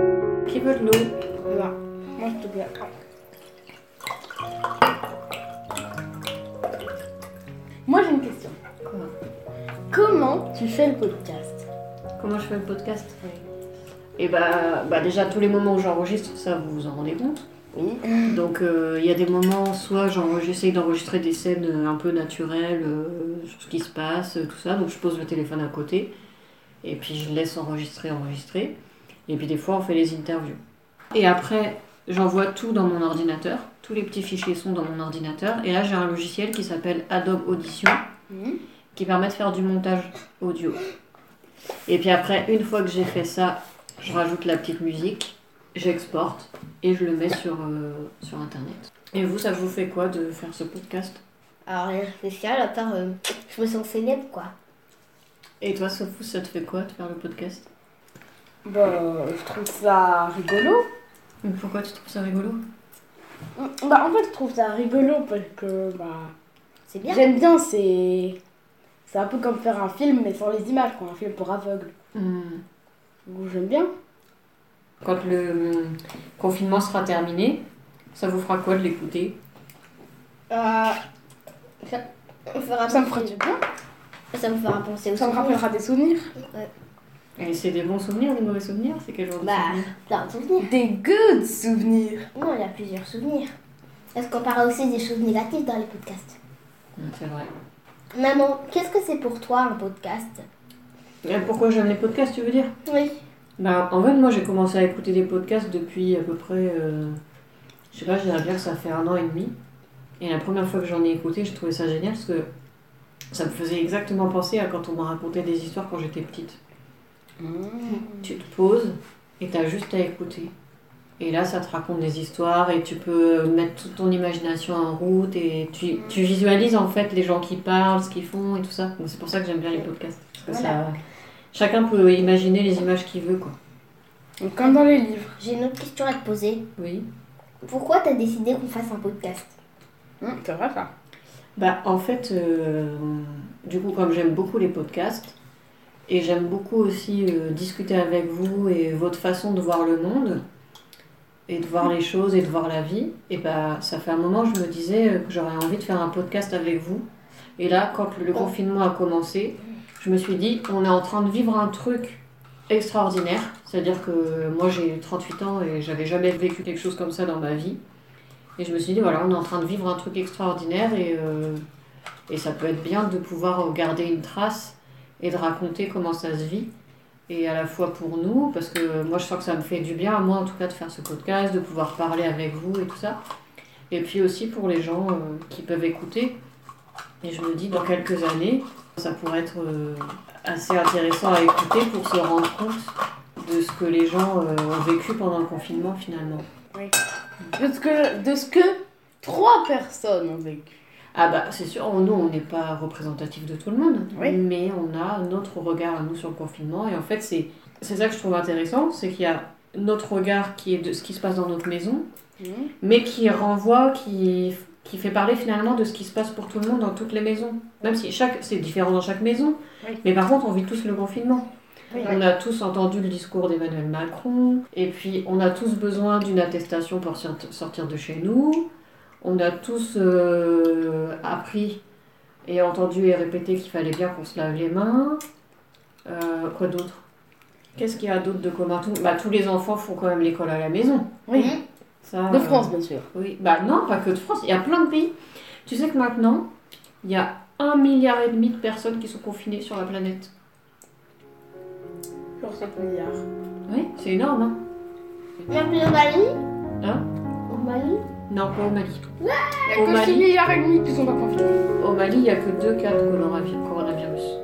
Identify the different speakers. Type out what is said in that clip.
Speaker 1: Ah.
Speaker 2: tu fais le podcast
Speaker 3: Comment je fais le podcast
Speaker 4: Et bah, bah déjà tous les moments où j'enregistre, ça vous vous en rendez compte.
Speaker 2: Oui.
Speaker 4: Donc euh, il y a des moments, soit j'en- j'essaye d'enregistrer des scènes euh, un peu naturelles euh, sur ce qui se passe, euh, tout ça. Donc je pose le téléphone à côté et puis je laisse enregistrer, enregistrer. Et puis des fois on fait les interviews. Et après j'envoie tout dans mon ordinateur. Tous les petits fichiers sont dans mon ordinateur. Et là j'ai un logiciel qui s'appelle Adobe Audition
Speaker 1: Hmm?
Speaker 4: qui permet de faire du montage audio. Et puis après, une fois que j'ai fait ça, je rajoute la petite musique, j'exporte et je le mets sur, euh, sur Internet. Et vous, ça vous fait quoi de faire ce podcast
Speaker 2: Alors rien de spécial, à part euh, je me sens célèbre quoi.
Speaker 4: Et toi, Sophou, ça te fait quoi de faire le podcast
Speaker 1: Bah, je trouve ça rigolo.
Speaker 4: Pourquoi tu trouves ça rigolo
Speaker 1: Bah, en fait, je trouve ça rigolo parce que bah,
Speaker 2: C'est bien.
Speaker 1: j'aime bien, c'est. C'est un peu comme faire un film, mais sans les images, quoi, un film pour aveugles. Donc, J'aime bien.
Speaker 4: Hmm. Quand le euh, confinement sera terminé, ça vous fera quoi de l'écouter
Speaker 2: Euh, ça, on fera
Speaker 1: Ah, Ça me fera
Speaker 2: penser,
Speaker 1: du bien,
Speaker 2: ça me fera penser au
Speaker 1: ça me
Speaker 2: souvenir.
Speaker 1: rappellera des souvenirs.
Speaker 4: Et c'est des bons souvenirs, des mauvais souvenirs C'est quel genre de
Speaker 2: Bah.
Speaker 4: souvenirs
Speaker 2: Plein de souvenirs.
Speaker 1: Des good souvenirs.
Speaker 2: Non, il y a plusieurs souvenirs. Est-ce qu'on parle aussi des choses négatives dans les podcasts
Speaker 4: Mm, C'est vrai.
Speaker 2: Maman, qu'est-ce que c'est pour toi un podcast
Speaker 4: Et pourquoi j'aime les podcasts, tu veux dire
Speaker 2: Oui.
Speaker 4: Bah, en fait, moi, j'ai commencé à écouter des podcasts depuis à peu près, euh, je sais pas, je dirais bien que ça fait un an et demi. Et la première fois que j'en ai écouté, je trouvais ça génial parce que ça me faisait exactement penser à quand on me racontait des histoires quand j'étais petite.
Speaker 1: Hmm.
Speaker 4: Tu te poses et t'as juste à écouter. Et là, ça te raconte des histoires et tu peux mettre toute ton imagination en route et tu, tu visualises en fait les gens qui parlent, ce qu'ils font et tout ça. Donc, c'est pour ça que j'aime bien les podcasts. Parce que
Speaker 2: Voilà.
Speaker 4: ça, chacun peut imaginer les images qu'il veut, quoi.
Speaker 1: Donc, comme dans les livres.
Speaker 2: J'ai une autre question à te poser.
Speaker 4: Oui.
Speaker 2: Pourquoi t'as décidé qu'on fasse un podcast
Speaker 1: Hum, c'est vrai, ça.
Speaker 4: Bah, en fait, euh, du coup, comme j'aime beaucoup les podcasts, et j'aime beaucoup aussi euh, discuter avec vous et votre façon de voir le monde, et de voir les choses, et de voir la vie, et bah, ça fait un moment que je me disais euh, que j'aurais envie de faire un podcast avec vous. Et là, quand le confinement a commencé, je me suis dit, on est en train de vivre un truc extraordinaire. C'est-à-dire que euh, moi, j'ai 38 ans et j'avais jamais vécu quelque chose comme ça dans ma vie. Et je me suis dit, voilà, on est en train de vivre un truc extraordinaire et, euh, et ça peut être bien de pouvoir garder une trace et de raconter comment ça se vit. Et à la fois pour nous, parce que moi je sens que ça me fait du bien, à moi en tout cas, de faire ce podcast, de pouvoir parler avec vous et tout ça. Et puis aussi pour les gens euh, qui peuvent écouter. Et je me dis, dans quelques années, ça pourrait être euh, assez intéressant à écouter pour se rendre compte de ce que les gens euh, ont vécu pendant le confinement finalement.
Speaker 1: De ce que, de ce que trois personnes ont vécu.
Speaker 4: Ah bah c'est sûr, on- nous on n'est pas représentatif de tout le monde,
Speaker 1: Oui.
Speaker 4: mais on a notre regard à nous sur le confinement et en fait c'est c'est ça que je trouve intéressant, c'est qu'il y a notre regard qui est de ce qui se passe dans notre maison,
Speaker 1: Mhm.
Speaker 4: mais qui renvoie, qui, qui fait parler finalement de ce qui se passe pour tout le monde dans toutes les maisons. Même si chaque c'est différent dans chaque maison,
Speaker 1: Oui.
Speaker 4: mais par contre on vit tous le confinement.
Speaker 1: Oui.
Speaker 4: On a tous entendu le discours d'Emmanuel Macron, et puis on a tous besoin d'une attestation pour sort- sortir de chez nous. On a tous euh, appris et entendu et répété qu'il fallait bien qu'on se lave les mains. Euh, quoi d'autre Qu'est-ce qu'il y a d'autre de commun Tout- bah, Tous les enfants font quand même l'école à la maison.
Speaker 1: Oui.
Speaker 2: Mmh.
Speaker 4: Ça,
Speaker 1: De
Speaker 4: euh,
Speaker 1: France, bien sûr.
Speaker 4: oui, bah non, pas que de France, il y a plein de pays. Tu sais que maintenant, il y a un milliard et demi de personnes qui sont confinées sur la planète.
Speaker 1: Genre 5 milliards.
Speaker 4: Oui, c'est énorme. hein.
Speaker 2: Même le Mali
Speaker 4: Hein
Speaker 2: Au Mali
Speaker 4: Non, pas au Mali.
Speaker 1: Il y
Speaker 4: Au
Speaker 1: a que
Speaker 4: Mali.
Speaker 1: 6 milliards et demi qui sont pas confinés.
Speaker 4: Au Mali, il n'y a que deux cas de coronavi- coronavirus.